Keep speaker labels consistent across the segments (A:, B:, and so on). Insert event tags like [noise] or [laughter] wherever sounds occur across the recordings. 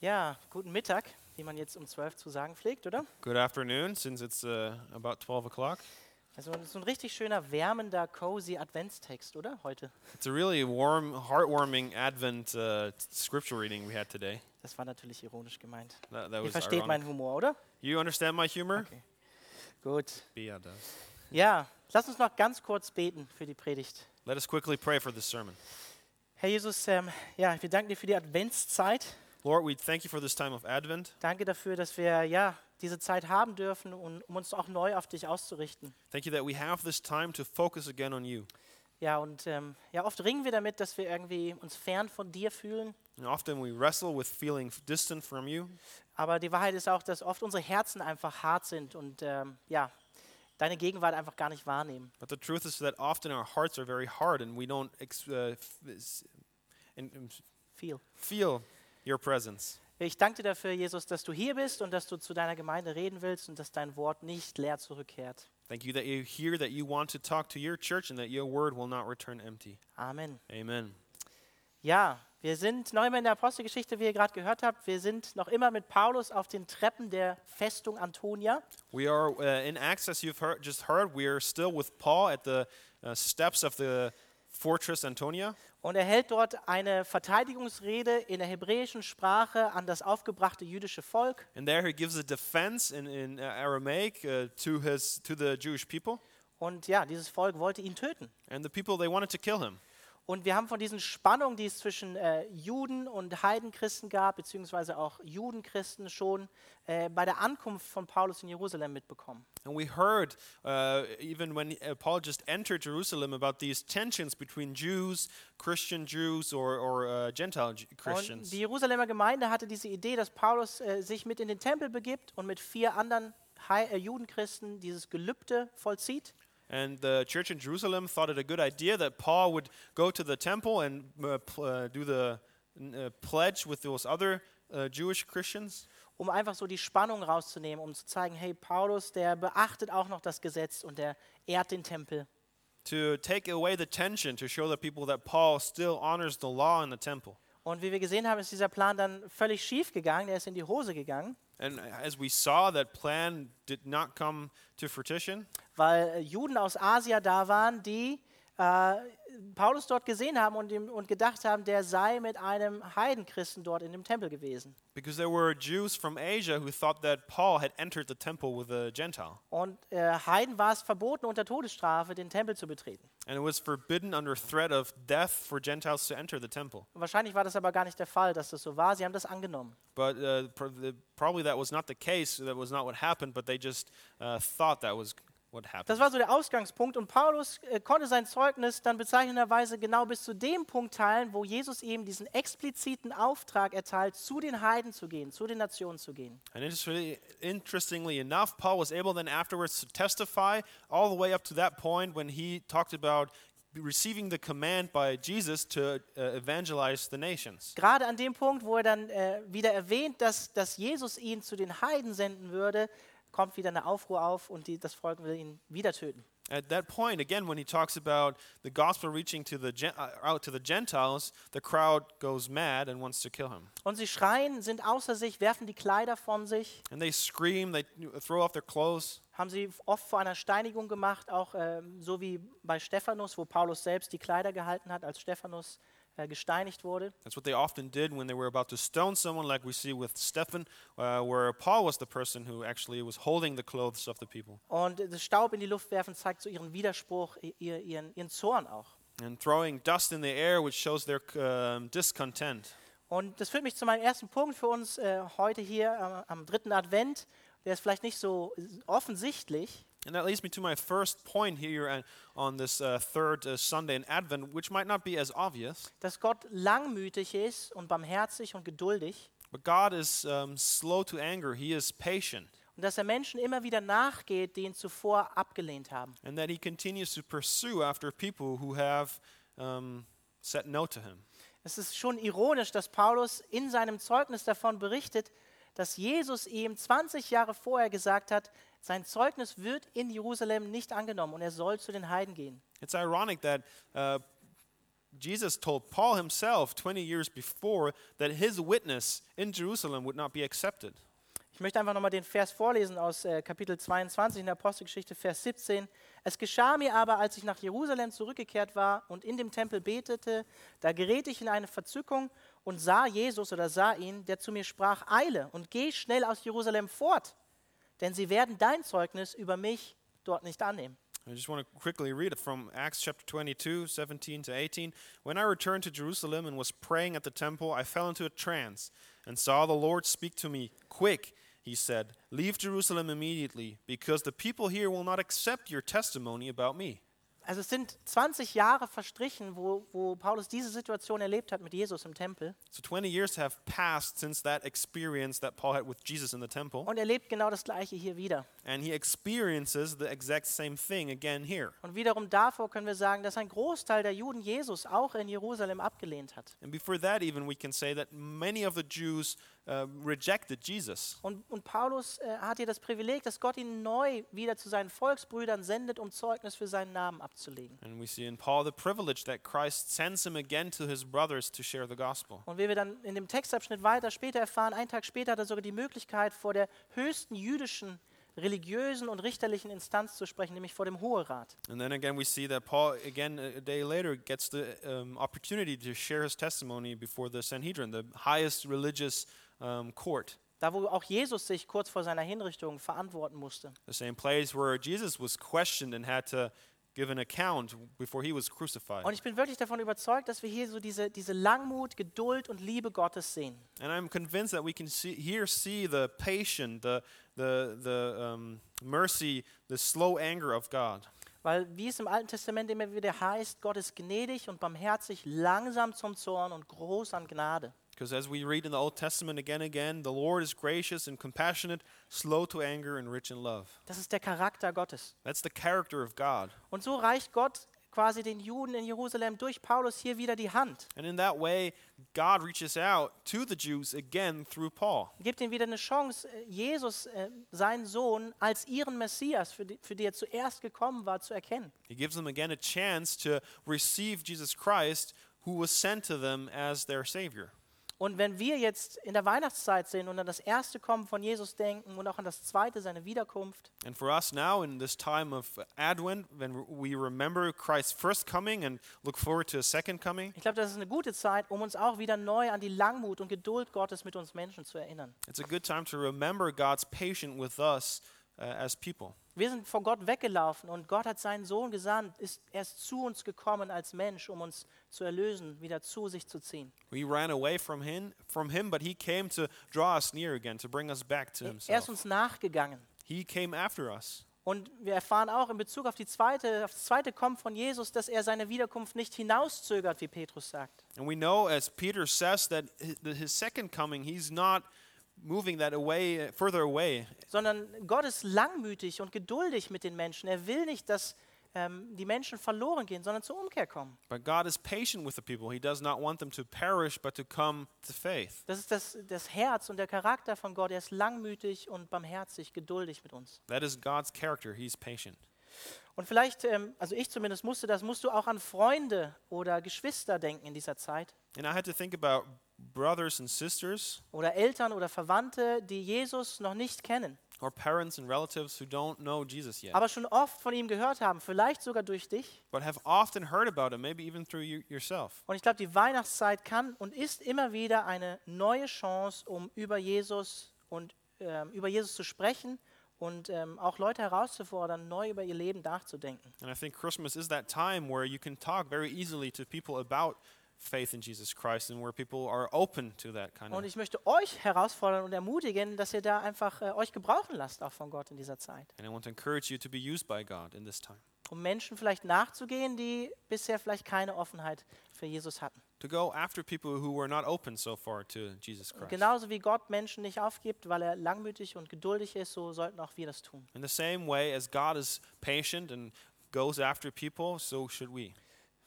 A: Ja, guten Mittag, wie man jetzt um 12 zu sagen pflegt, oder?
B: Good afternoon, since it's uh, about 12 o'clock.
A: Also so ein richtig schöner, wärmender, cozy Adventstext, oder? Heute.
B: It's a really warm, heartwarming Advent uh, scripture reading we had today.
A: Das war natürlich ironisch gemeint.
B: That, that
A: Ihr
B: was
A: versteht
B: ironic.
A: meinen Humor, oder?
B: You understand my [laughs] humor?
A: Okay. Gut.
B: Bea does.
A: Ja, lass uns noch ganz kurz beten für die Predigt.
B: Let us quickly pray for this sermon.
A: Herr Jesus, ähm, ja, wir danken dir für die Adventszeit.
B: Lord, we thank you for this time of Advent.
A: Danke dafür, dass wir ja diese Zeit haben dürfen, um, um uns auch neu auf dich auszurichten.
B: Thank you that we have this time to focus again on you.
A: Ja, und ähm, ja, oft ringen wir damit, dass wir irgendwie uns fern von dir fühlen.
B: And often we wrestle with feeling f- distant from you,
A: Aber die Wahrheit ist auch, dass oft unsere Herzen einfach hart sind und ähm, ja, deine Gegenwart einfach gar nicht wahrnehmen.
B: but the truth is that often our hearts are very hard and we don't ex- uh, f- s- and, and
A: Viel.
B: feel your presence.
A: Ich danke dir dafür, Jesus, dass du hier bist und dass du zu deiner Gemeinde reden willst und dass dein Wort nicht leer zurückkehrt.
B: Thank you that you hear that you want to talk to your church and that your word will not return empty.
A: Amen.
B: Amen.
A: Ja, wir sind noch immer in der Apostelgeschichte, wie ihr gerade gehört habt. Wir sind noch immer mit Paulus auf den Treppen der Festung Antonia.
B: We are uh, in Acts, as you've heard, just heard, we are still with Paul at the uh, steps of the fortress Antonia,
A: Und er hält dort eine Verteidigungsrede in der hebräischen Sprache an das aufgebrachte jüdische Volk.
B: and there he gives a defense in, in uh, Aramaic uh, to his to the Jewish people,
A: Und ja, dieses Volk wollte ihn töten.
B: and the people they wanted to kill him.
A: Und wir haben von diesen Spannungen, die es zwischen äh, Juden und Heidenchristen gab, beziehungsweise auch Judenchristen schon äh, bei der Ankunft von Paulus in Jerusalem mitbekommen.
B: And we heard, uh, even when uh, Paul just entered Jerusalem, about these tensions between Jews, Christian Jews, or, or uh, Gentile Ju-
A: Und
B: Christians.
A: die Jerusalemer Gemeinde hatte diese Idee, dass Paulus äh, sich mit in den Tempel begibt und mit vier anderen Hei äh, Judenchristen dieses Gelübde vollzieht.
B: And the church in Jerusalem thought it a good idea that Paul would go to the temple and uh, pl- uh, do the uh, pledge with those other uh, Jewish Christians
A: um einfach so die Spannung rauszunehmen, um zu zeigen, hey, Paulus, der beachtet auch noch das Gesetz und der ehrt den Tempel.
B: to take away the tension to show the people that Paul still honors the law in the temple.
A: Und wie wir gesehen haben, ist dieser Plan dann völlig schief gegangen, der ist in die Hose gegangen,
B: And as we saw, that plan did not come to fruition
A: weil äh, Juden aus Asia da waren, die äh, Paulus dort gesehen haben und, ihm, und gedacht haben, der sei mit einem Heidenchristen dort in dem Tempel gewesen.
B: because there were Jews from Asia who thought that Paul had entered the temple with a Gentile.
A: Und äh, Heiden war es verboten, unter Todesstrafe den Tempel zu betreten.
B: And it was forbidden under threat of death for Gentiles to enter the temple.
A: Wahrscheinlich war das aber gar nicht der Fall, dass das so war. Sie haben das angenommen.
B: But uh, pr- the, probably that was not the case. That was not what happened. But they just uh, thought that was what
A: Das
B: happened.
A: war so der Ausgangspunkt und Paulus äh, konnte sein Zeugnis dann bezeichnenderweise genau bis zu dem Punkt teilen, wo Jesus ihm diesen expliziten Auftrag erteilt, zu den Heiden zu gehen, zu den Nationen zu gehen.
B: And interestingly, interestingly enough, Paul was able then afterwards to testify all the way up to that point when he talked about receiving the command by Jesus to uh, evangelize the nations.
A: Gerade an dem Punkt, wo er dann äh, wieder erwähnt, dass, dass Jesus ihn zu den Heiden senden würde, kommt wieder eine Aufruhr auf und die, das Volk will ihn wieder töten.
B: At that point, again, when he talks about the gospel reaching to the gen- uh, out to the Gentiles, the crowd goes mad and wants to kill him.
A: Und sie schreien, sind außer sich, werfen die Kleider von sich,
B: And they scream, they throw off their clothes.
A: haben sie oft vor einer Steinigung gemacht, auch ähm, so wie bei Stephanus, wo Paulus selbst die Kleider gehalten hat, als Stephanus äh, gesteinigt wurde.
B: That's what they often did when they were about to stone someone, like we see with Stephen, uh, where Paul was the person who actually was holding the clothes of the people.
A: Und das Staub in die Luft werfen zeigt so ihren Widerspruch, i- ihr, ihren, ihren Zorn auch.
B: And throwing dust in the air, which shows their um, discontent.
A: Und das führt mich zu meinem ersten Punkt für uns äh, heute hier am- am dritten Advent. Der ist vielleicht nicht so offensichtlich,
B: And that leads me to my first point here on- on this uh, third uh, Sunday in Advent, which might not be as obvious,
A: dass Gott langmütig ist und barmherzig und geduldig
B: but God is um, slow to anger, He is patient,
A: und dass er Menschen immer wieder nachgeht, die ihn zuvor abgelehnt haben.
B: and that He continues to pursue after people who have um, said no to Him.
A: Es ist schon ironisch, dass Paulus in seinem Zeugnis davon berichtet, dass Jesus ihm 20 Jahre vorher gesagt hat, sein Zeugnis wird in Jerusalem nicht angenommen und er soll zu den Heiden gehen.
B: It's ironic that uh, Jesus told Paul himself 20 years before that his witness in Jerusalem would not be accepted.
A: Ich möchte einfach nochmal den Vers vorlesen aus äh, Kapitel 22 in der Apostelgeschichte, Vers 17. Es geschah mir aber, als ich nach Jerusalem zurückgekehrt war und in dem Tempel betete, da geriet ich in eine Verzückung und sah Jesus oder sah ihn, der zu mir sprach, eile und geh schnell aus Jerusalem fort, denn sie werden dein Zeugnis über mich dort nicht annehmen.
B: I just want to quickly read it from Acts chapter 22, 17 to 18. When I returned to Jerusalem and was praying at the temple, I fell into a trance and saw the Lord speak to me. Quick, he said, leave Jerusalem immediately, because the people here will not accept your testimony about me.
A: Also es sind 20 Jahre verstrichen, wo, wo Paulus diese Situation erlebt hat mit Jesus im Tempel.
B: So 20 years have passed since that experience that Paul had with Jesus in the temple,
A: Und er lebt genau das Gleiche hier wieder.
B: and he experiences the exact same thing again here.
A: Und wiederum davor können wir sagen, dass ein Großteil der Juden Jesus auch in Jerusalem abgelehnt hat.
B: And before that, even, we can say that many of the Jews uh, rejected Jesus.
A: Und, und Paulus äh, hat hier das Privileg, dass Gott ihn neu wieder zu seinen Volksbrüdern sendet, um Zeugnis für seinen Namen abzulegen.
B: And we see in Paul the privilege that Christ sends him again to his brothers to share the gospel.
A: Und wie wir dann in dem Textabschnitt weiter später erfahren, einen Tag später hat er sogar die Möglichkeit, vor der höchsten jüdischen, religiösen und richterlichen Instanz zu sprechen, nämlich vor dem Hoherat.
B: And then again, we see that Paul, again, a a day later, gets the um, opportunity to share his testimony before the Sanhedrin, the highest religious um, court,
A: Da, wo auch Jesus sich kurz vor seiner Hinrichtung verantworten musste.
B: the same place where Jesus was questioned and had to give an account before he was crucified.
A: Und ich bin wirklich davon überzeugt, dass wir hier so diese, diese Langmut, Geduld und Liebe Gottes sehen.
B: And I'm convinced that we can see, here see the patient, the, the, the um, mercy, the slow anger of God.
A: Weil, wie es im Alten Testament immer wieder heißt, Gott ist gnädig und barmherzig, langsam zum Zorn und groß an Gnade.
B: Because as we read in the Old Testament again and again, the Lord is gracious and compassionate, slow to anger and rich in love.
A: Das ist der Charakter Gottes.
B: That's the character of God.
A: Und so reicht Gott quasi den Juden in Jerusalem durch Paulus hier wieder die Hand,
B: And in that way, God reaches out to the Jews again through Paul.
A: gibt ihnen wieder eine Chance, äh, Jesus, äh, seinen Sohn, als ihren Messias, für, die, für die er zuerst gekommen war, zu erkennen.
B: He gives them again a chance to receive Jesus Christ, who was sent to them as their Savior.
A: Und wenn wir jetzt in der Weihnachtszeit sind und an das erste Kommen von Jesus denken und auch an das zweite, seine Wiederkunft,
B: And for us now, in this time of Advent, when we remember Christ's first coming and look forward to his second coming,
A: ich glaube, das ist eine gute Zeit, um uns auch wieder neu an die Langmut und Geduld Gottes mit uns Menschen zu erinnern.
B: it's a good time to remember God's patience with us uh, as people.
A: Wir sind vor Gott weggelaufen und Gott hat seinen Sohn gesandt, ist erst zu uns gekommen als Mensch, um uns zu erlösen, wieder zu sich zu ziehen.
B: We ran away from him, from him, but he came to draw us near again, to bring us back to
A: Er ist
B: himself.
A: uns nachgegangen.
B: He came after us.
A: Und wir erfahren auch in Bezug auf, die zweite, auf das zweite Kommen von Jesus, dass er seine Wiederkunft nicht hinauszögert, wie Petrus sagt.
B: And we know, as Peter says, that hi- that his second coming, he's not moving that away, uh, further away.
A: sondern Gott ist langmütig und geduldig mit den Menschen. Er will nicht, dass ähm, die Menschen verloren gehen, sondern zur Umkehr kommen.
B: But God is patient with the people. He does not want them to perish, but to come to faith.
A: Das ist das, das Herz und der Charakter von Gott. Er ist langmütig und barmherzig, geduldig mit uns.
B: That is God's character. He's patient.
A: Und vielleicht, ähm, also ich zumindest musste das, musst du auch an Freunde oder Geschwister denken in dieser Zeit.
B: And I had to think about brothers and sisters,
A: Oder Eltern oder Verwandte, die Jesus noch nicht kennen,
B: or parents and relatives who don't know Jesus yet,
A: aber schon oft von ihm gehört haben, vielleicht sogar durch dich.
B: but have often heard about him, maybe even through you yourself.
A: Und ich glaube, die Weihnachtszeit kann und ist immer wieder eine neue Chance, um über Jesus und ähm, über Jesus zu sprechen und ähm, auch Leute herauszufordern, neu über ihr Leben nachzudenken.
B: And I think Christmas is that time where you can talk very easily to people about faith in Jesus Christ and where people are open to that kind
A: Und
B: of.
A: ich möchte euch herausfordern und ermutigen, dass ihr da einfach äh, euch gebrauchen lasst, auch von Gott in dieser Zeit,
B: And I want to encourage you to be used by God in this time.
A: um Menschen vielleicht nachzugehen, die bisher vielleicht keine Offenheit für Jesus hatten.
B: To go after people who were not open so far to Jesus
A: Und
B: Christ.
A: genauso wie Gott Menschen nicht aufgibt, weil er langmütig und geduldig ist, so sollten auch wir das tun.
B: In the same way as God is patient and goes after people, so should we.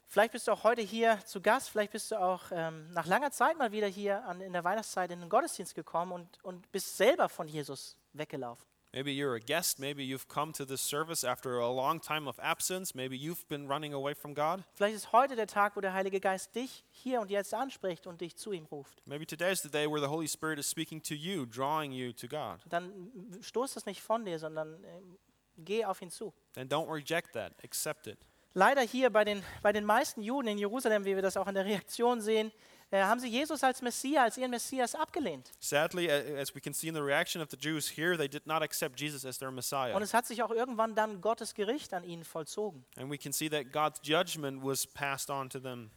A: Vielleicht bist du auch heute hier zu Gast, vielleicht bist du auch ähm, nach langer Zeit mal wieder hier an, in der Weihnachtszeit in den Gottesdienst gekommen und, und bist selber von Jesus weggelaufen.
B: Maybe you're a guest. Maybe you've come to this service after a long time of absence. Maybe you've been running away from God.
A: Vielleicht ist heute der Tag, wo der Heilige Geist dich hier und jetzt anspricht und dich zu ihm ruft.
B: Maybe today's the day where the Holy Spirit is speaking to you, drawing you to God.
A: Dann stoß das nicht von dir, sondern ähm, geh auf ihn zu.
B: And don't reject that, accept it.
A: Leider hier bei den, bei den meisten Juden in Jerusalem, wie wir das auch in der Reaktion sehen, äh, haben sie Jesus als Messias, als ihren Messias abgelehnt.
B: Sadly, a- as we can see in the reaction of the Jews here, they did not accept Jesus as their Messiah.
A: Und es hat sich auch irgendwann dann Gottes Gericht an ihnen vollzogen.
B: And we can see that God's judgment was passed on to them.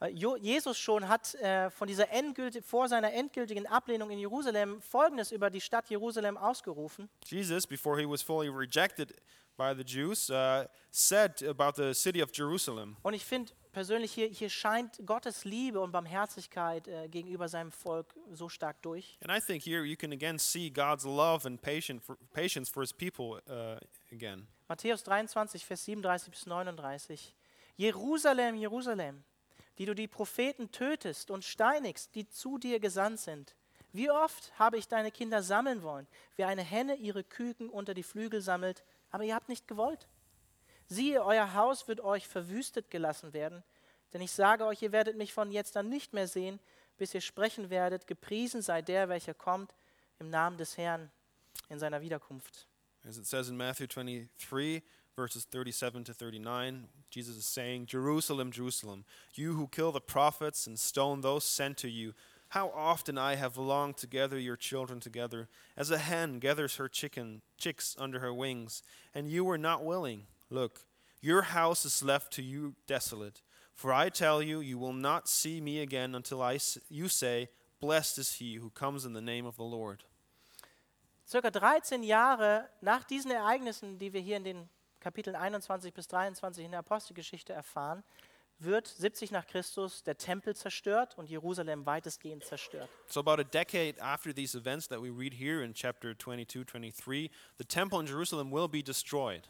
A: Äh, Jo- Jesus schon hat äh, von dieser endgülti- vor seiner endgültigen Ablehnung in Jerusalem Folgendes über die Stadt Jerusalem ausgerufen.
B: Jesus, before he was fully rejected by the Jews, uh, said about the city of Jerusalem.
A: Und ich finde persönlich, hier, hier scheint Gottes Liebe und Barmherzigkeit äh, gegenüber seinem Volk so stark durch.
B: And I think here you can again see God's love and patient for, patience for his people uh, again.
A: Matthäus 23, Vers 37 bis 39. Jerusalem, Jerusalem, die du die Propheten tötest und steinigst, die zu dir gesandt sind. Wie oft habe ich deine Kinder sammeln wollen, wie eine Henne ihre Küken unter die Flügel sammelt, aber ihr habt nicht gewollt. Siehe, euer Haus wird euch verwüstet gelassen werden, denn ich sage euch, ihr werdet mich von jetzt an nicht mehr sehen, bis ihr sprechen werdet, gepriesen sei der, welcher kommt im Namen des Herrn in seiner Wiederkunft.
B: As it says in Matthew 23, verses 37 to 39, Jesus is saying, Jerusalem, Jerusalem, you who kill the prophets and stone those sent to you, how often I have longed to gather your children together, as a hen gathers her chicken chicks under her wings, and you were not willing. Look, your house is left to you desolate. For I tell you, you will not see me again until I s- you say, Blessed is he who comes in the name of the Lord.
A: Circa 13 Jahre nach diesen Ereignissen, die wir hier in den Kapiteln 21 bis 23 in der Apostelgeschichte erfahren, wird 70 nach Christus der Tempel zerstört und Jerusalem weitestgehend zerstört.
B: So, about a decade after these events that we read here in chapter 22 23, the temple in Jerusalem will be destroyed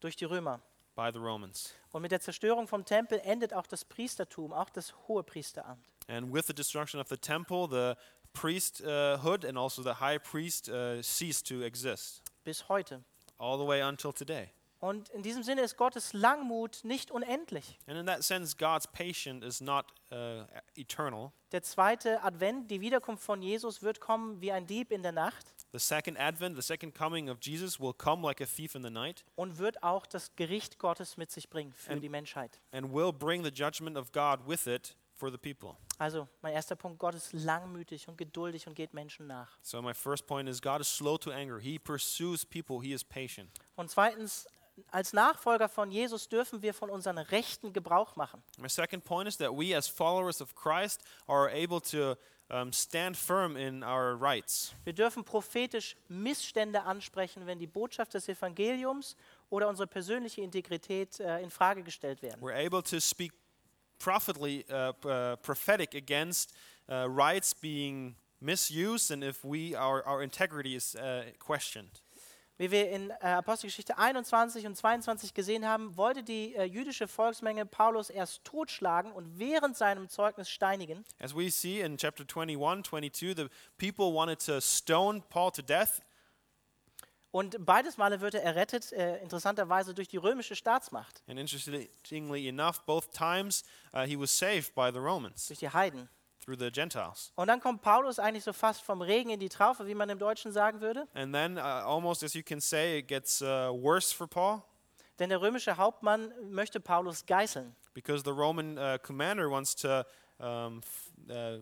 A: Durch die Römer.
B: by the Romans.
A: Und mit der Zerstörung vom Tempel endet auch das Priestertum, auch das Hohepriesteramt.
B: And with the destruction of the temple, the priesthood and also the high priest uh, ceased to exist,
A: Bis heute.
B: all the way until today.
A: Und in diesem Sinne ist Gottes Langmut nicht unendlich.
B: And in that sense, God's patience is not uh, eternal.
A: Der zweite Advent, die Wiederkunft von Jesus, wird kommen wie ein Dieb in der Nacht
B: The second advent, the second coming of Jesus, will come like a thief in the night
A: und wird auch das Gericht Gottes mit sich bringen für
B: Ähm.
A: die Menschheit.
B: and will bring the judgment of God with it for the people.
A: Also, mein erster Punkt, Gott ist langmütig und geduldig und geht Menschen nach.
B: So, my first point is God is slow to anger. He pursues people, He is patient.
A: Und zweitens, als Nachfolger von Jesus dürfen wir von unseren Rechten Gebrauch machen.
B: My second point is that we, as followers of Christ, are able to um, stand firm in our rights.
A: Wir dürfen prophetisch Missstände ansprechen, wenn die Botschaft des Evangeliums oder unsere persönliche Integrität äh, in Frage gestellt werden.
B: We're able to speak prophetly, uh, p- uh, prophetic against uh, rights being misused, and if we our, our integrity is uh, questioned.
A: Wie wir in äh, Apostelgeschichte 21 und 22 gesehen haben, wollte die äh, jüdische Volksmenge Paulus erst totschlagen und während seinem Zeugnis steinigen.
B: As we see in chapter 21, 22, the people wanted to stone Paul to death,
A: Und beides Male wird er errettet, äh, interessanterweise durch die römische Staatsmacht.
B: and interestingly enough, both times uh, he was saved by the Romans
A: durch die Heiden.
B: through the Gentiles.
A: Und dann kommt Paulus eigentlich so fast vom Regen in die Traufe, wie man im Deutschen sagen würde.
B: And then, uh, almost as you can say, it gets uh, worse for Paul
A: Denn der römische Hauptmann möchte Paulus geißeln.
B: because the Roman uh, commander wants to um, f- uh,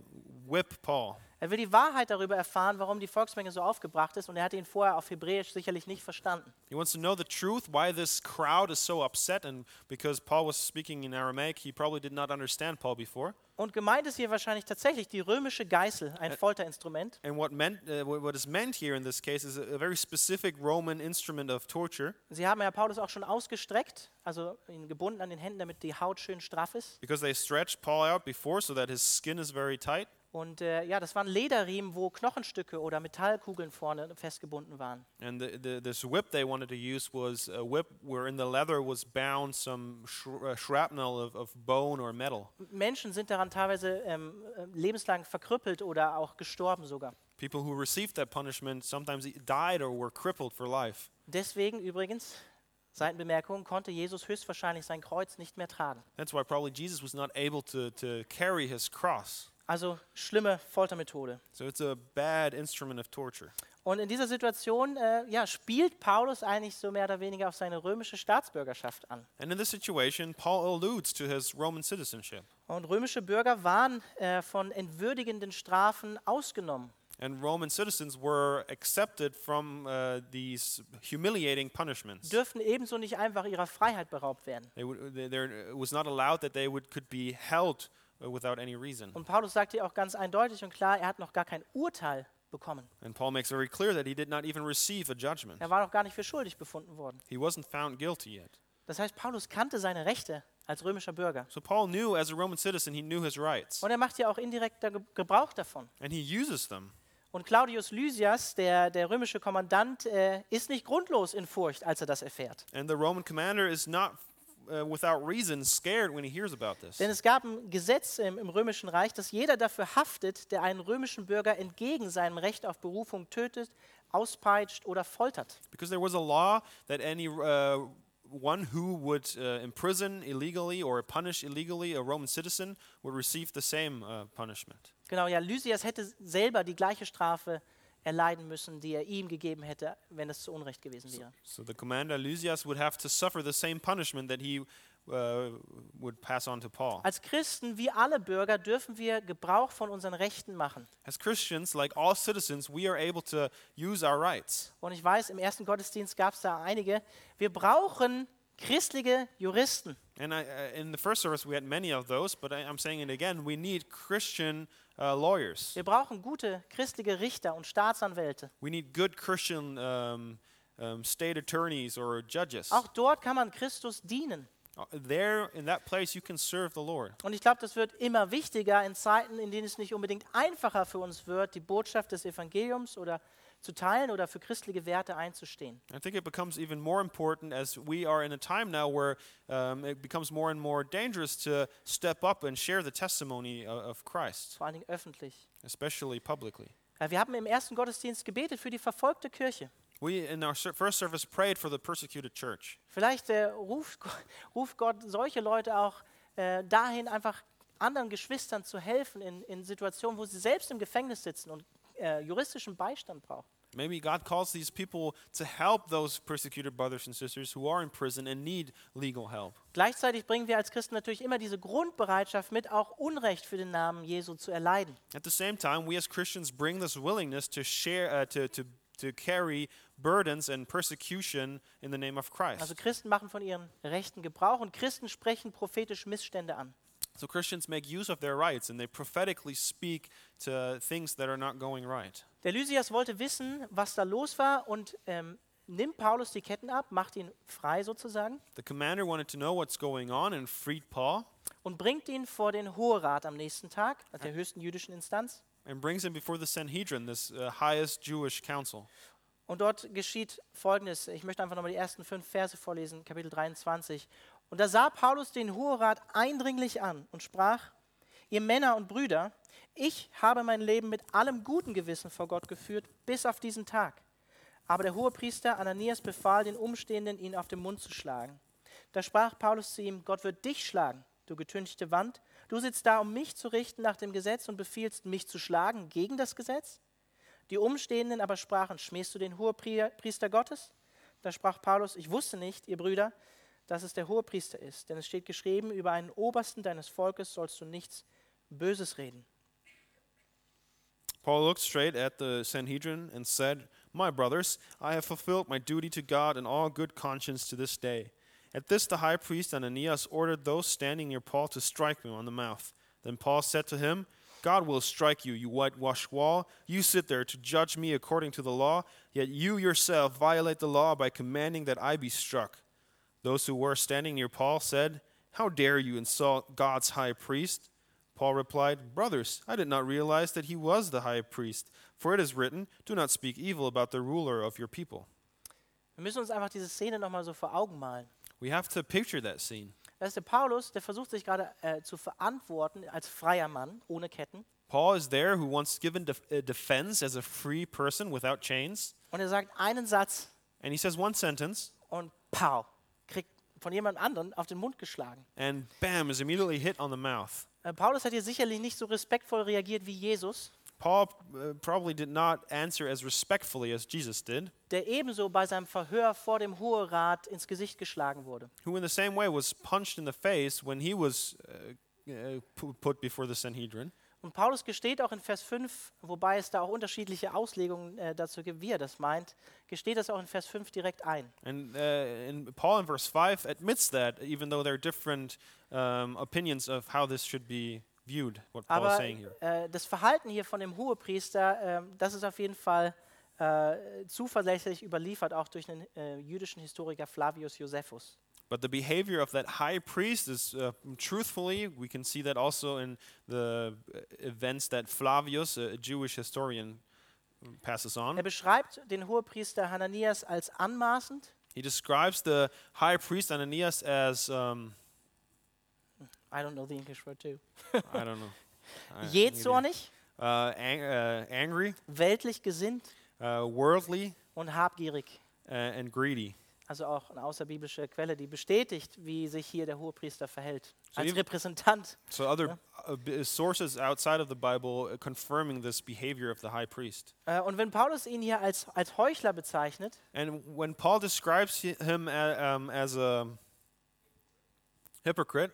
B: whip Paul.
A: Er will die Wahrheit darüber erfahren, warum die Volksmenge so aufgebracht ist. Und er hatte ihn vorher auf Hebräisch sicherlich nicht verstanden.
B: He wants to know the truth, why this crowd is so upset, and because Paul was speaking in Aramaic, he probably did not understand Paul before.
A: Und gemeint ist hier wahrscheinlich tatsächlich die römische Geißel, ein Folterinstrument.
B: And what meant, uh, wh- what is meant here in this case is a, a very specific Roman instrument of torture,
A: Sie haben ja Paulus auch schon ausgestreckt, also ihn gebunden an den Händen, damit die Haut schön straff ist.
B: because they stretched Paul out before so that his skin is very tight.
A: Und äh, ja, das waren Lederriemen, wo Knochenstücke oder Metallkugeln vorne festgebunden waren.
B: And the, the, this whip they wanted to use was a whip where in the leather was bound some sh- uh, shrapnel of, of bone or metal.
A: ähm, Menschen sind daran teilweise ähm, äh, lebenslang verkrüppelt oder auch gestorben sogar.
B: People who received that punishment sometimes e- died or were crippled for life.
A: Deswegen übrigens, Seitenbemerkung, konnte Jesus höchstwahrscheinlich sein Kreuz nicht mehr tragen.
B: That's why probably Jesus was not able to, to carry his cross.
A: Also schlimme Foltermethode.
B: So it's a bad instrument of torture.
A: Und in dieser Situation äh, ja, spielt Paulus eigentlich so mehr oder weniger auf seine römische Staatsbürgerschaft an.
B: And in this situation, Paul alludes to his Roman citizenship.
A: Und römische Bürger waren äh, von entwürdigenden Strafen ausgenommen.
B: And Roman citizens were accepted from uh, these humiliating punishments.
A: dürfen ebenso nicht einfach ihrer Freiheit beraubt werden.
B: They would, they, there it was not allowed that they would, could be held uh, without any reason.
A: Und Paulus sagt hier auch ganz eindeutig und klar, er hat noch gar kein Urteil bekommen.
B: And Paul makes very clear that he did not even receive a judgment.
A: Er war noch gar nicht für schuldig befunden worden.
B: He wasn't found guilty yet.
A: Das heißt, Paulus kannte seine Rechte als römischer Bürger.
B: So Paul knew as a Roman citizen, he knew his rights.
A: Und er macht ja auch indirekt da Ge- Gebrauch davon.
B: And he uses them.
A: Und Claudius Lysias, der, der römische Kommandant, äh, ist nicht grundlos in Furcht, als er das erfährt.
B: And the Roman commander is not uh, without reason scared when he hears about this.
A: Denn es gab ein Gesetz im, im Römischen Reich, dass jeder dafür haftet, der einen römischen Bürger entgegen seinem Recht auf Berufung tötet, auspeitscht oder foltert.
B: Because there was a law that any uh, one who would uh, imprison illegally or punish illegally a Roman citizen would receive the same uh, punishment.
A: Genau, ja, Lysias hätte selber die gleiche Strafe erleiden müssen, die er ihm gegeben hätte, wenn es zu Unrecht gewesen wäre.
B: So the commander Lysias would have to suffer the same punishment that he uh, would pass on to Paul.
A: Als Christen, wie alle Bürger, dürfen wir Gebrauch von unseren Rechten machen.
B: As Christians, like all citizens, we are able to use our rights.
A: Und ich weiß, im ersten Gottesdienst gab es da einige. Wir brauchen christliche Juristen.
B: And I, uh, in the first service, we had many of those, but I, I'm saying it again we need Christian uh, lawyers.
A: Wir brauchen gute christliche Richter und Staatsanwälte.
B: We need good Christian um, um, state attorneys or judges.
A: Auch dort kann man Christus dienen.
B: Uh, There, in that place, you can serve the Lord.
A: Und ich glaube, das wird immer wichtiger in Zeiten, in denen es nicht unbedingt einfacher für uns wird, die Botschaft des Evangeliums oder zu teilen oder für christliche Werte einzustehen.
B: I think it becomes even more important as we are in a time now where um, it becomes more and more dangerous to step up and share the testimony of, of Christ,
A: vor allen Dingen öffentlich.
B: especially publicly.
A: Ja, wir haben im ersten Gottesdienst gebetet für die verfolgte Kirche.
B: We, in our ser- first service, prayed for the persecuted church.
A: Vielleicht äh, ruft, Go- ruft Gott [laughs] solche Leute auch äh, dahin, einfach anderen Geschwistern zu helfen in, in Situationen, wo sie selbst im Gefängnis sitzen und äh, juristischen Beistand brauchen.
B: Maybe God calls these people to help those persecuted brothers and sisters who are in prison and need legal help.
A: Gleichzeitig bringen wir als Christen natürlich immer diese Grundbereitschaft mit, auch Unrecht für den Namen Jesu zu erleiden.
B: At the same time, we as Christians bring this willingness to share, uh, to, to, to carry burdens and persecution in the name of
A: Also
B: Christ.
A: Christen machen von ihren Rechten Gebrauch und Christen sprechen prophetisch Missstände an.
B: So Christians make use of their rights and they prophetically speak to things that are not going right.
A: Der Lysias wollte wissen, was da los war und ähm, nimmt Paulus die Ketten ab, macht ihn frei sozusagen
B: The commander wanted to know what's going on and freed Paul
A: und bringt ihn vor den Hoherat am nächsten Tag, also der höchsten jüdischen Instanz.
B: and brings him before the Sanhedrin, this uh, highest Jewish council.
A: Und dort geschieht Folgendes. Ich möchte einfach nochmal die ersten fünf Verse vorlesen, Kapitel 23. Und da sah Paulus den Hoherat eindringlich an und sprach, ihr Männer und Brüder, ich habe mein Leben mit allem guten Gewissen vor Gott geführt, bis auf diesen Tag. Aber der Hohepriester Ananias befahl den Umstehenden, ihn auf den Mund zu schlagen. Da sprach Paulus zu ihm, Gott wird dich schlagen, du getünchte Wand. Du sitzt da, um mich zu richten nach dem Gesetz und befiehlst, mich zu schlagen gegen das Gesetz? Die Umstehenden aber sprachen, schmähst du den Hohepriester Gottes? Da sprach Paulus, ich wusste nicht, ihr Brüder, dass es der Hohepriester ist, denn es steht geschrieben, über einen Obersten deines Volkes sollst du nichts Böses reden.
B: Paul looked straight at the Sanhedrin and said, My brothers, I have fulfilled my duty to God and all good conscience to this day. At this, the high priest Ananias ordered those standing near Paul to strike him on the mouth. Then Paul said to him, God will strike you, you whitewashed wall. You sit there to judge me according to the law, yet you yourself violate the law by commanding that I be struck. Those who were standing near Paul said, How dare you insult God's high priest? Paul replied, Brothers, I did not realize that he was the high priest, for it is written, Do not speak evil about the ruler of your people.
A: Wir müssen uns einfach diese Szene nochmal so vor Augen malen.
B: We have to picture that scene.
A: Das ist der Paulus, der versucht sich gerade äh, zu verantworten als freier Mann ohne Ketten.
B: Paul is there who once given def- uh, defense as a free person without chains.
A: Und er sagt einen Satz
B: And he says one sentence,
A: und pow, kriegt von jemand anderen auf den Mund geschlagen.
B: and bam, is immediately hit on the mouth.
A: Äh, Paulus hat hier sicherlich nicht so respektvoll reagiert wie Jesus,
B: Paul uh, probably did not answer as respectfully as Jesus did,
A: der ebenso bei seinem Verhör vor dem Hoherat ins Gesicht geschlagen wurde.
B: who in the same way was punched in the face when he was uh, uh, pu- put before the Sanhedrin.
A: Und Paulus gesteht auch in Vers 5, wobei es da auch unterschiedliche Auslegungen äh, dazu gibt, wie er das meint, gesteht das auch in Vers 5 direkt ein.
B: And, uh, and Paul in verse 5 admits that, even though there are different um, opinions of how this should be viewed, what Paul is
A: Aber
B: saying here.
A: äh, das Verhalten hier von dem Hohepriester, ähm, das ist auf jeden Fall äh, zuverlässig überliefert, auch durch den äh, jüdischen Historiker Flavius Josephus.
B: But the behavior of that high priest is, uh, truthfully, we can see that also in the uh, events that Flavius, a Jewish historian, um, passes on.
A: Er beschreibt den Hohepriester Hananias als anmaßend,
B: He describes the high priest Ananias as, um,
A: I don't know the English word too,
B: I don't know, I-
A: jähzornig,
B: uh, ang- uh, angry,
A: weltlich gesinnt
B: uh, worldly,
A: und habgierig.
B: uh, and greedy.
A: Also auch eine außerbiblische Quelle, die bestätigt, wie sich hier der Hohepriester verhält.
B: So
A: als
B: even-
A: Repräsentant.
B: So other uh, b- sources outside of the Bible uh, confirming this behavior of the high priest.
A: Äh, und wenn Paulus ihn hier als, als Heuchler bezeichnet,
B: And when Paul describes hi- him a, um, as a hypocrite,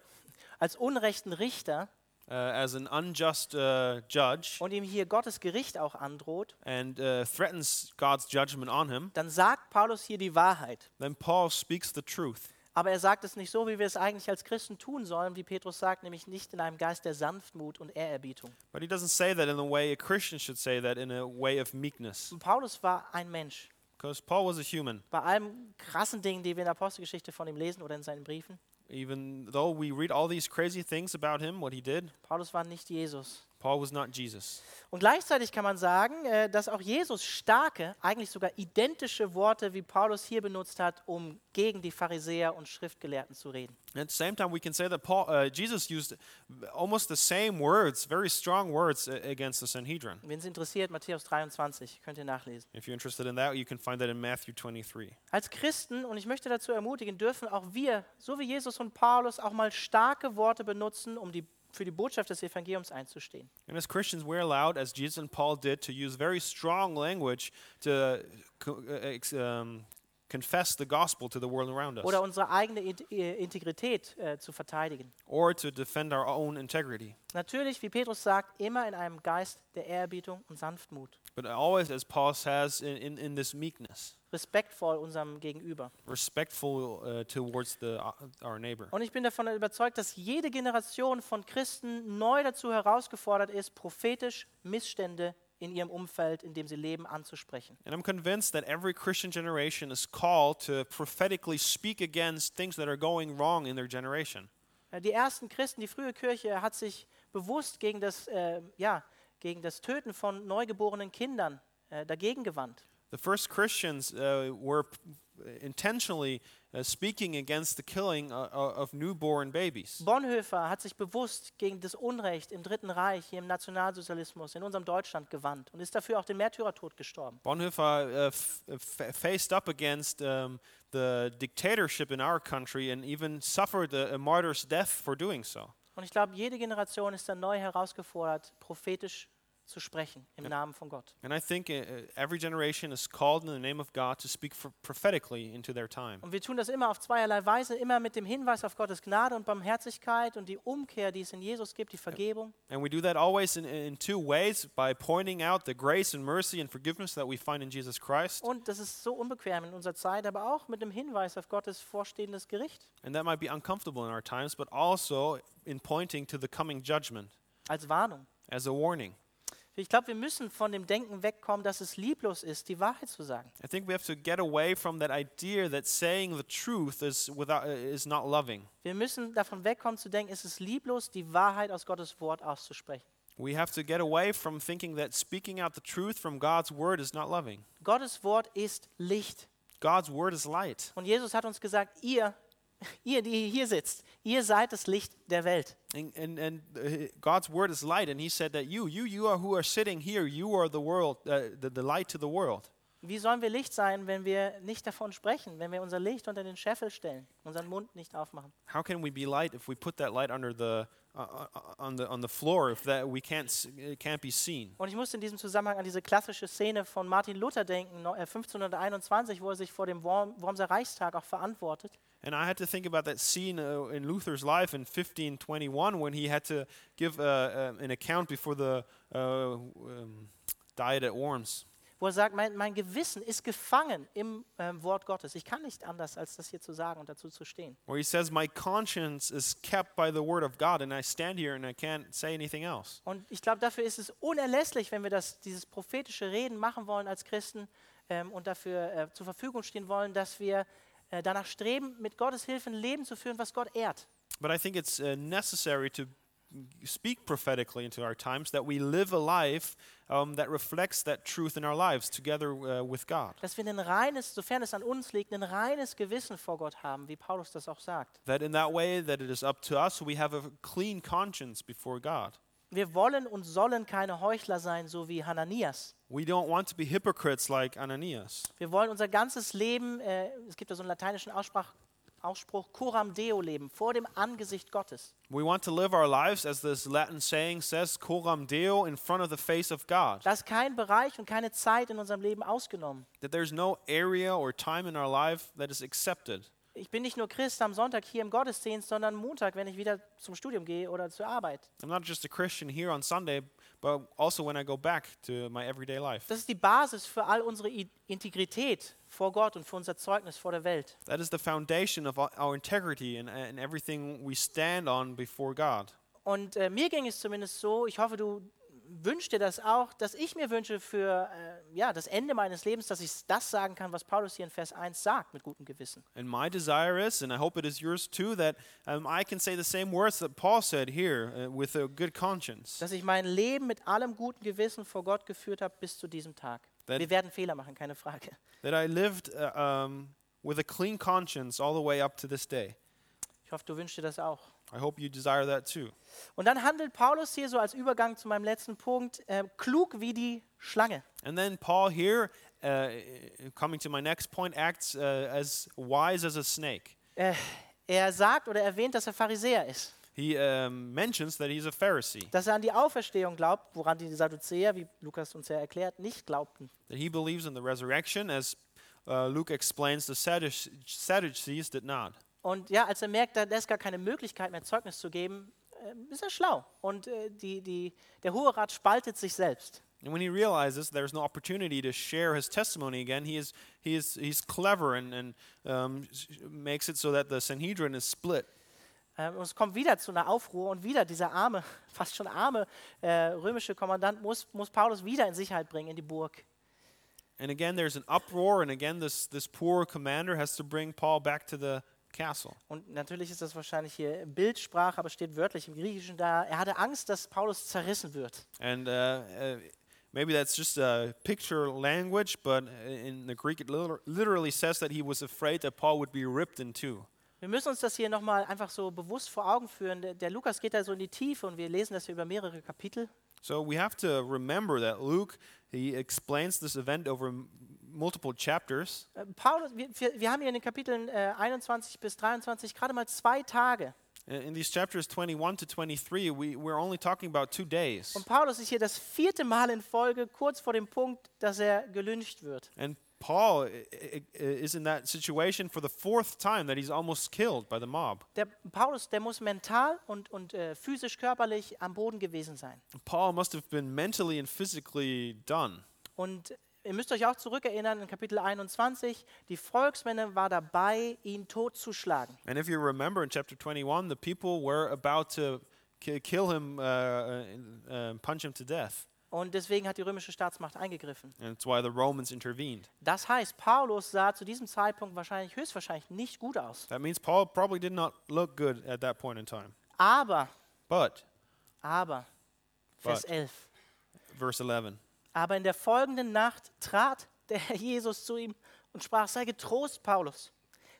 A: als unrechten Richter
B: uh, as an unjust uh, judge,
A: und ihm hier Gottes Gericht auch androht,
B: and uh, threatens God's judgment on him,
A: dann sagt Paulus hier die Wahrheit.
B: then Paul speaks the truth.
A: Aber er sagt es nicht so, wie wir es eigentlich als Christen tun sollen, wie Petrus sagt, nämlich nicht in einem Geist der Sanftmut und Ehrerbietung.
B: But he doesn't say that in the way a Christian should say that, in a way of meekness.
A: Und Paulus war ein Mensch.
B: Because Paul was a human.
A: Bei allem krassen Dingen, die wir in der Apostelgeschichte von ihm lesen oder in seinen Briefen,
B: Even though we read all these crazy things about him, what he did,
A: Paulus war nicht Jesus.
B: Paul was not Jesus.
A: Und gleichzeitig kann man sagen, äh, dass auch Jesus starke, eigentlich sogar identische Worte wie Paulus hier benutzt hat, um gegen die Pharisäer und Schriftgelehrten zu reden.
B: At the same time, we can say that Paul, uh, Jesus used almost the same words, very strong words uh, against the Sanhedrin.
A: Wen es interessiert, Matthäus 23, könnt ihr nachlesen.
B: If you're interested in that, you can find that in Matthew 23.
A: Als Christen, und ich möchte dazu ermutigen, dürfen auch wir, so wie Jesus und Paulus, auch mal starke Worte benutzen, um die, für die Botschaft des Evangeliums einzustehen.
B: And as Christians, we're allowed, as Jesus and Paul did, to use very strong language to co- uh, ex- um, confess the gospel to the world around us
A: Oder unsere eigene Int- äh, Integrität äh, zu verteidigen.
B: or to defend our own integrity.
A: Natürlich, wie Petrus sagt, immer in einem Geist der Ehrerbietung und Sanftmut.
B: But always, as Paul says, in, in, in this meekness,
A: Respektvoll unserem Gegenüber.
B: respectful uh, towards the, uh, our neighbor.
A: Und ich bin davon überzeugt, dass jede Generation von Christen neu dazu herausgefordert ist, prophetisch Missstände in ihrem Umfeld, in dem sie leben, anzusprechen.
B: And I'm convinced that every Christian generation is called to prophetically speak against things that are going wrong in their generation.
A: Äh, Die ersten Christen, die frühe Kirche, hat sich bewusst gegen das, äh, ja, gegen das Töten von neugeborenen Kindern äh, dagegen gewandt.
B: The first Christians uh, were p- intentionally uh, speaking against the killing uh, uh, of newborn babies.
A: Bonhoeffer hat sich bewusst gegen das Unrecht im Dritten Reich, hier im Nationalsozialismus, in unserem Deutschland gewandt und ist dafür auch den Märtyrertod gestorben.
B: Bonhoeffer uh, f- uh, f- faced up against um, the dictatorship in our country and even suffered a, a martyr's death for doing so.
A: Und ich glaube, jede Generation ist dann neu herausgefordert, prophetisch zu sprechen im Namen von Gott.
B: And I think uh, uh, every generation is called in the name of God to speak for prophetically into their time.
A: Und wir tun das immer auf zweierlei Weise, immer mit dem Hinweis auf Gottes Gnade und Barmherzigkeit und die Umkehr, die es in Jesus gibt, die Vergebung.
B: And we do that always in, in two ways by pointing out the grace and mercy and forgiveness that we find in Jesus Christ.
A: Und das ist so unbequem in unserer Zeit, aber auch mit dem Hinweis auf Gottes vorstehendes Gericht
B: And that might be uncomfortable in our times, but also in pointing to the coming judgment
A: als Warnung.
B: as a warning.
A: Ich glaube, wir müssen von dem Denken wegkommen, dass es lieblos ist, die Wahrheit zu sagen.
B: I think we have to get away from that idea that saying the truth is, without, uh, is not loving.
A: Wir müssen davon wegkommen zu denken, es ist lieblos, die Wahrheit aus Gottes Wort auszusprechen.
B: We have to get away from thinking that speaking out the truth from God's word is not loving.
A: Gottes Wort ist Licht.
B: God's word is light.
A: Und Jesus hat uns gesagt, ihr [laughs] ihr, die ihr hier sitzt, ihr seid das Licht der Welt.
B: And, and, and uh, God's word is light, and He said that you, you, you are who are sitting here, you are the world, uh, the, the light to the world.
A: Wie sollen wir Licht sein, wenn wir nicht davon sprechen, wenn wir unser Licht unter den Scheffel stellen, unseren Mund nicht aufmachen?
B: How can we be light if we put that light under the uh, uh, on the on the floor if that we can't s- it can't be seen?
A: Und ich musste in diesem Zusammenhang an diese klassische Szene von Martin Luther denken, no- äh, 1521, wo er sich vor dem Worm, Wormser Reichstag auch verantwortet.
B: And I had to think about that scene uh, in Luther's life in 1521 when he had to give uh, uh, an account before the uh, um, diet at Worms.
A: wo er sagt, mein, mein Gewissen ist gefangen im ähm, Wort Gottes. Ich kann nicht anders, als das hier zu sagen und dazu zu stehen.
B: Where he says, My conscience is kept by the word of God, and I stand here and I can't say anything else.
A: Und ich glaube, dafür ist es unerlässlich, wenn wir das, dieses prophetische Reden machen wollen als Christen ähm, und dafür äh, zur Verfügung stehen wollen, dass wir äh, danach streben, mit Gottes Hilfe ein Leben zu führen, was Gott ehrt.
B: But I think it's uh, necessary to speak prophetically into our times that we live a life um, that reflects that truth in our lives together uh, with God.
A: Dass wir ein reines, sofern es an uns liegt, ein reines Gewissen vor Gott haben, wie Paulus das auch sagt.
B: That in that way, that it is up to us, we have a clean conscience before God.
A: Wir wollen und sollen keine Heuchler sein, so wie Hananias.
B: We don't want to be hypocrites like Ananias.
A: Wir wollen unser ganzes Leben, äh, es gibt da so einen lateinischen Aussprach, Ausspruch, coram deo leben, vor dem Angesicht Gottes.
B: We want to live our lives, as this Latin saying says, coram deo, in front of the face of God.
A: Da ist kein Bereich und keine Zeit in unserem Leben ausgenommen.
B: That there's no area or time in our life that is accepted.
A: Ich bin nicht nur Christ am Sonntag hier im Gottesdienst, sondern Montag, wenn ich wieder zum Studium gehe oder zur Arbeit.
B: I'm not just a Christian here on Sunday, but also when I go back to my everyday life.
A: Das ist die Basis für all unsere I Integrität vor Gott und für unser Zeugnis vor der Welt.
B: That is the foundation of our- our integrity and, and everything we stand on before God.
A: Und äh, mir ging es zumindest so, ich hoffe, du wünschst dir das auch, dass ich mir wünsche für äh, ja, das Ende meines Lebens, dass ich das sagen kann, was Paulus hier in Vers 1 sagt, mit gutem Gewissen.
B: And my desire is, and I hope it is yours too, that um, I can say the same words that Paul said here uh, with a good conscience.
A: dass ich mein Leben mit allem guten Gewissen vor Gott geführt habe bis zu diesem Tag.
B: Wenn-
A: Wir werden Fehler machen, keine Frage.
B: That I lived uh, um, with a clean conscience all the way up to this day.
A: Ich hoffe, du wünschst dir das auch.
B: I hope you desire that too.
A: Und dann handelt Paulus hier so als Übergang zu meinem letzten Punkt, äh, klug wie die Schlange.
B: And then Paul here, uh, coming to my next point, acts uh, as wise as a snake.
A: Äh, er sagt oder erwähnt, dass er Pharisäer ist,
B: He um, mentions that he's a Pharisee,
A: dass er an die Auferstehung glaubt, woran die Sadduzäer, wie Lukas uns ja erklärt, nicht glaubten.
B: that he believes in the resurrection, as uh, Luke explains, the Sadduce- Sadducees did not.
A: Und ja, als er merkt, da da ist gar keine Möglichkeit mehr, Zeugnis zu geben, äh, ist er schlau. Und äh, die, die, der Hohe Rat spaltet sich selbst.
B: And when he realizes there's no opportunity to share his testimony again, he is, he is he's clever and, and um, s- makes it so that the Sanhedrin is split.
A: Ähm, Und es kommt wieder zu einer Aufruhr und wieder dieser arme, [laughs] fast schon arme äh, römische Kommandant muss, muss Paulus wieder in Sicherheit bringen in die Burg.
B: And again, there's an uproar, and again, this, this poor commander has to bring Paul back to the castle.
A: Und natürlich ist das wahrscheinlich hier Bildsprache, aber steht wörtlich im Griechischen da. Er hatte Angst, dass Paulus zerrissen wird.
B: And uh, uh, maybe that's just a picture language, but in the Greek, it liter- literally says that he was afraid that Paul would be ripped in two.
A: Wir müssen uns das hier nochmal einfach so bewusst vor Augen führen. Der, der Lukas geht da so in die Tiefe und wir lesen das hier über mehrere Kapitel.
B: So we have to remember that Luke he explains this event over m- multiple chapters.
A: Äh, Paulus, wir, wir, wir haben hier in den Kapiteln äh, 21 bis 23 gerade mal zwei Tage.
B: In in these chapters 21 to 23, we, we're only talking about two days.
A: Und Paulus ist hier das vierte Mal in Folge kurz vor dem Punkt, dass er gelyncht wird.
B: And Paul i- i- i- is in that situation for the fourth time that he's almost killed by the mob.
A: Der Paulus, der muss mental und, und äh, physisch, körperlich am Boden gewesen sein.
B: Paul must have been mentally and physically done.
A: Und ihr müsst euch auch zurückerinnern, in Kapitel 21, die Volksmänner war dabei, ihn totzuschlagen.
B: And if you remember in chapter 21, the people were about to ki- kill him, uh, uh, uh, punch him to death.
A: Und deswegen hat die römische Staatsmacht eingegriffen.
B: And it's why the Romans intervened.
A: Das heißt, Paulus sah zu diesem Zeitpunkt wahrscheinlich, höchstwahrscheinlich nicht gut aus.
B: That means Paul probably did not look good at that point in time.
A: Aber,
B: But,
A: aber, Vers
B: But.
A: 11.
B: verse 11.
A: Aber in der folgenden Nacht trat der Herr Jesus zu ihm und sprach, sei getrost, Paulus,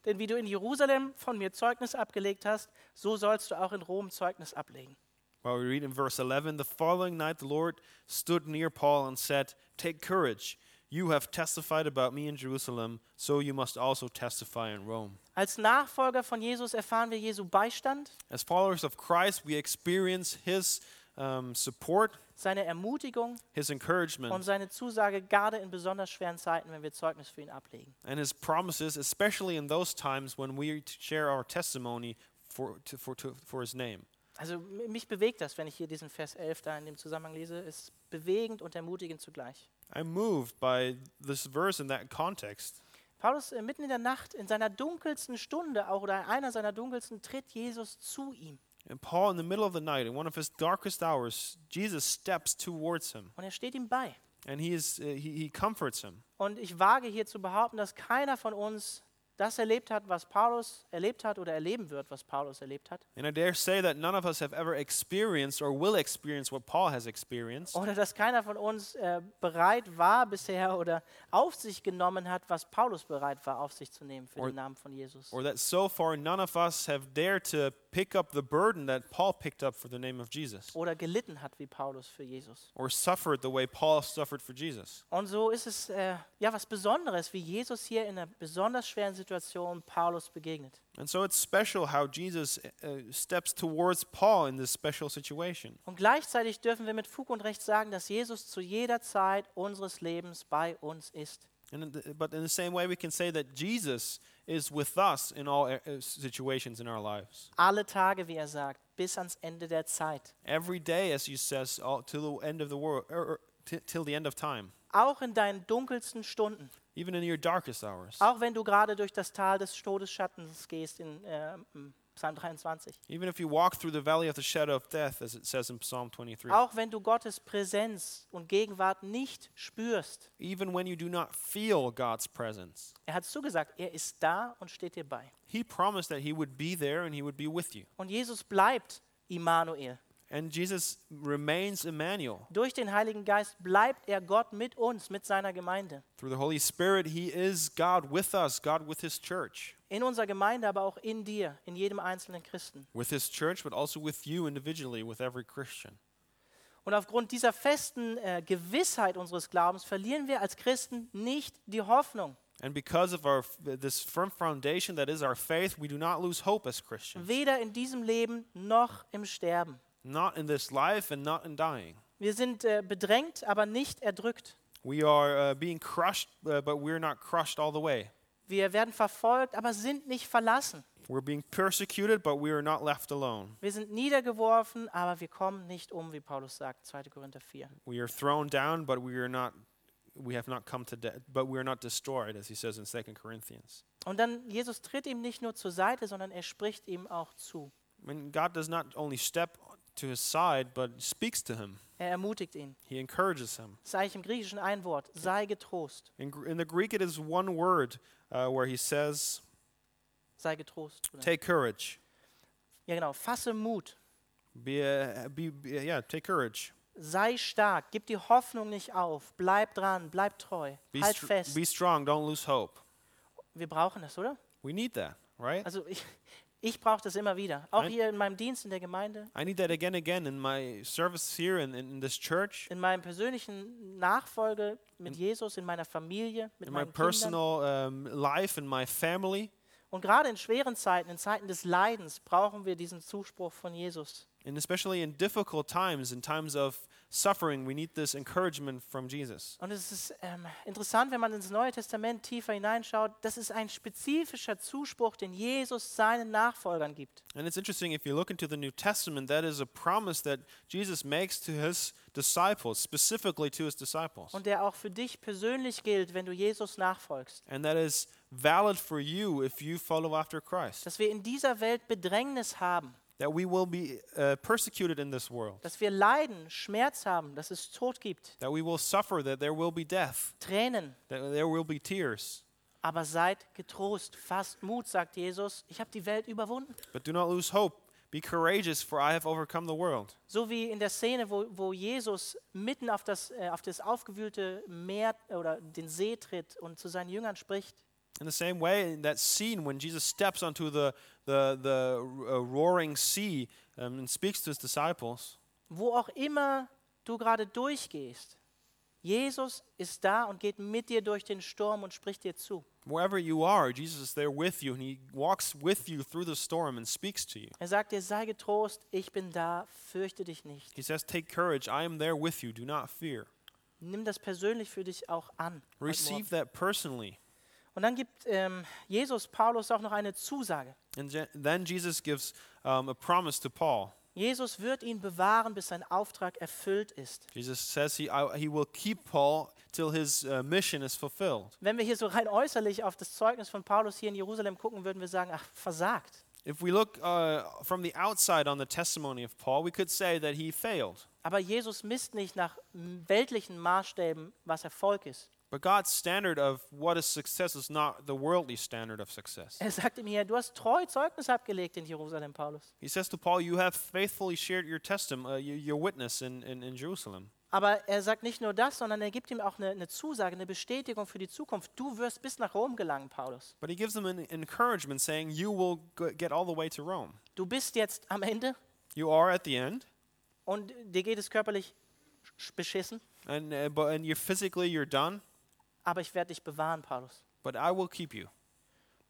A: Denn wie du in Jerusalem von mir Zeugnis abgelegt hast, so sollst du auch in Rom Zeugnis ablegen.
B: Well, we read in verse 11 The following night the Lord stood near Paul and said, Take courage. You have testified about me in Jerusalem, so you must also testify in Rome.
A: Als Nachfolger von Jesus erfahren wir Jesu Beistand,
B: As followers of Christ, we experience his um, support,
A: seine Ermutigung
B: his
A: und
B: encouragement,
A: seine Zusage, gerade in besonders schweren Zeiten, wenn wir Zeugnis für ihn ablegen.
B: and his promises, especially in those times when we to share our testimony for, to, for, to, for his name.
A: Also m- mich bewegt das, wenn ich hier diesen Vers 11 da in dem Zusammenhang lese. Es ist bewegend und ermutigend zugleich.
B: I'm moved by this verse in that context.
A: Paulus äh, mitten in der Nacht, in seiner dunkelsten Stunde auch oder in einer seiner dunkelsten, tritt Jesus zu ihm.
B: And Paul, in the middle of the night, in one of his darkest hours, Jesus steps towards him
A: Und er steht ihm bei.
B: and he, is, uh, he, he comforts him.
A: Und ich wage hier zu behaupten, dass keiner von uns das erlebt hat, was Paulus erlebt hat oder erleben wird, was Paulus erlebt hat.
B: And I dare say that none of us have ever experienced or will experience what Paul has experienced,
A: Oder dass keiner von uns äh, bereit war bisher oder auf sich genommen hat, was Paulus bereit war, auf sich zu nehmen für
B: Or-
A: den Namen von Jesus.
B: or that so far none of us have dared to pick up the burden that Paul picked up for the name of Jesus,
A: Oder gelitten hat wie Paulus für Jesus.
B: or suffered the way Paul suffered for Jesus.
A: Und so ist es äh, ja was Besonderes, wie Jesus hier in einer besonders schweren Situation Paulus begegnet.
B: And so it's special how Jesus uh, steps towards Paul in this special situation.
A: Und gleichzeitig dürfen wir mit Fug und Recht sagen, dass Jesus zu jeder Zeit unseres Lebens bei uns ist.
B: And in the, but in the same way, we can say that Jesus is with us in all uh, situations in our lives.
A: Alle Tage, wie er sagt, bis ans Ende der Zeit.
B: Every day, as you says, all, till the end of the world, er, er, ti- till the end of time,
A: Auch in deinen dunkelsten Stunden.
B: even in your darkest hours,
A: Auch wenn du gerade durch das Tal des Todesschattens gehst in äh, m, Psalm 23.
B: even if you walk through the valley of the shadow of death, as it says in Psalm 23,
A: Auch wenn du Gottes Präsenz und Gegenwart nicht spürst.
B: even when you do not feel God's presence,
A: Er hat es zugesagt, er ist da und steht dir bei.
B: He promised that He would be there and He would be with you.
A: Und Jesus bleibt Immanuel.
B: And Jesus remains Emmanuel.
A: Durch den Heiligen Geist bleibt er Gott mit uns, mit seiner Gemeinde.
B: Through the Holy Spirit, He is God with us, God with His church,
A: In unserer Gemeinde, aber auch in dir, in jedem einzelnen Christen.
B: with His church, but also with you individually, with every Christian.
A: Und aufgrund dieser festen äh, Gewissheit unseres Glaubens verlieren wir als Christen nicht die Hoffnung.
B: And because of our this firm foundation that is our faith, we do not lose hope as Christians,
A: Weder in diesem Leben noch im Sterben.
B: not in this life and not in dying.
A: Wir sind äh, bedrängt, aber nicht erdrückt.
B: We are uh, being crushed, uh, but we're not crushed all the way.
A: Wir werden verfolgt, aber sind nicht verlassen.
B: We're being persecuted, but we are not left alone.
A: Wir sind niedergeworfen, aber wir kommen nicht um, wie Paulus sagt, 2. Korinther 4.
B: We are thrown down, but we are not we have not come to death, but we are not destroyed, as he says in 2 Corinthians.
A: Und dann, Jesus tritt ihm nicht nur zur Seite, sondern er spricht ihm auch zu.
B: I mean, God does not only step to his side, but speaks to him.
A: Er ermutigt ihn.
B: He encourages him.
A: Das ist eigentlich im Griechischen ein Wort. Sei getrost.
B: In, Gr- in the Greek, it is one word uh, where he says,
A: Sei getrost. Oder?
B: "Take courage."
A: Ja, genau. Fasse Mut.
B: Be, uh, be, be yeah, take courage.
A: Sei stark. Gib die Hoffnung nicht auf. Bleib dran. Bleib treu.
B: Be,
A: halt
B: str-
A: fest.
B: be strong. Don't lose hope.
A: Wir brauchen das, oder?
B: We need that, right?
A: Also ich, ich brauche das immer wieder. Auch
B: Ein-
A: hier in meinem Dienst in der Gemeinde,
B: I need that again, again in my service here in, in, in this church,
A: in meinem persönlichen Nachfolge mit Jesus, in meiner Familie, mit
B: in my
A: meinen Kindern.
B: personal um, life, in my family.
A: Und gerade in schweren Zeiten, in Zeiten des Leidens, brauchen wir diesen Zuspruch von Jesus.
B: And especially in difficult times, in times of suffering, we need this encouragement from Jesus.
A: Und es ist ähm, interessant, wenn man ins Neue Testament tiefer hineinschaut, das ist ein spezifischer Zuspruch, den Jesus seinen Nachfolgern gibt.
B: And it's interesting if you look into the New Testament, that is a promise that Jesus makes to his disciples, specifically to his disciples.
A: Und der auch für dich persönlich gilt, wenn du Jesus nachfolgst.
B: And that is valid for you if you follow after Christ.
A: Dass wir in dieser Welt Bedrängnis haben,
B: That we will be uh, persecuted in this world,
A: dass wir Leiden, Schmerz haben, dass es Tod gibt,
B: that we will suffer, that there will be death,
A: Tränen.
B: that there will be tears.
A: Aber seid getrost, fasst Mut, sagt Jesus. Ich habe die Welt überwunden.
B: But do not lose hope. Be courageous, for I have overcome the world.
A: So wie in der Szene, wo, wo Jesus mitten auf das, äh, auf das aufgewühlte Meer oder den See tritt und zu seinen Jüngern spricht,
B: In the same way, in that scene when Jesus steps onto the, the, the uh, roaring sea um, and speaks to his disciples,
A: Wo auch immer du gerade durchgehst, Jesus ist da und geht mit dir durch den Sturm und spricht dir zu.
B: wherever you are, Jesus is there with you and he walks with you through the storm and speaks to you.
A: Er sagt dir, sei getrost, ich bin da, fürchte dich nicht.
B: He says, Take courage, I am there with you, do not fear.
A: Nimm das persönlich für dich auch an. heute Morgen.
B: Receive that personally.
A: Und dann gibt ähm, Jesus Paulus auch noch eine Zusage.
B: And je- then Jesus gives um, a promise to Paul.
A: Jesus wird ihn bewahren, bis sein Auftrag erfüllt ist.
B: Jesus says he, I, he will keep Paul till his uh, mission is fulfilled.
A: Wenn wir hier so rein äußerlich auf das Zeugnis von Paulus hier in Jerusalem gucken, würden wir sagen, ach, versagt.
B: If we look uh, from the outside on the testimony of Paul, we could say that he failed.
A: Aber Jesus misst nicht nach m- weltlichen Maßstäben, was Erfolg ist.
B: But God's standard of what is success is not the worldly standard of success.
A: Er sagt ihm hier, du hast treu Zeugnis abgelegt in Jerusalem, Paulus.
B: He says to Paul, You have faithfully shared your testimony, uh, your, your witness in, in, in Jerusalem.
A: Aber er sagt nicht nur das, sondern er gibt ihm auch eine, eine Zusage, eine Bestätigung für die Zukunft. Du wirst bis nach Rom gelangen, Paulus.
B: But he gives them an encouragement saying, You will g- get all the way to Rome.
A: Du bist jetzt am Ende
B: You are at the end,
A: und dir geht es körperlich sch- beschissen,
B: and, uh, but, and you're physically, you're done,
A: aber ich werde dich bewahren, Paulus.
B: but I will keep you.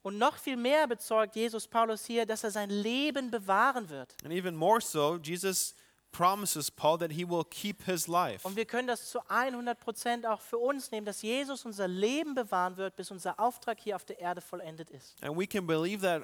A: Und noch viel mehr bezeugt Jesus Paulus hier, dass er sein Leben bewahren wird.
B: And even more so, Jesus promises Paul that he will keep his life.
A: Und wir können das zu 100 Prozent auch für uns nehmen, dass Jesus unser Leben bewahren wird, bis unser Auftrag hier auf der Erde vollendet ist.
B: And we can believe that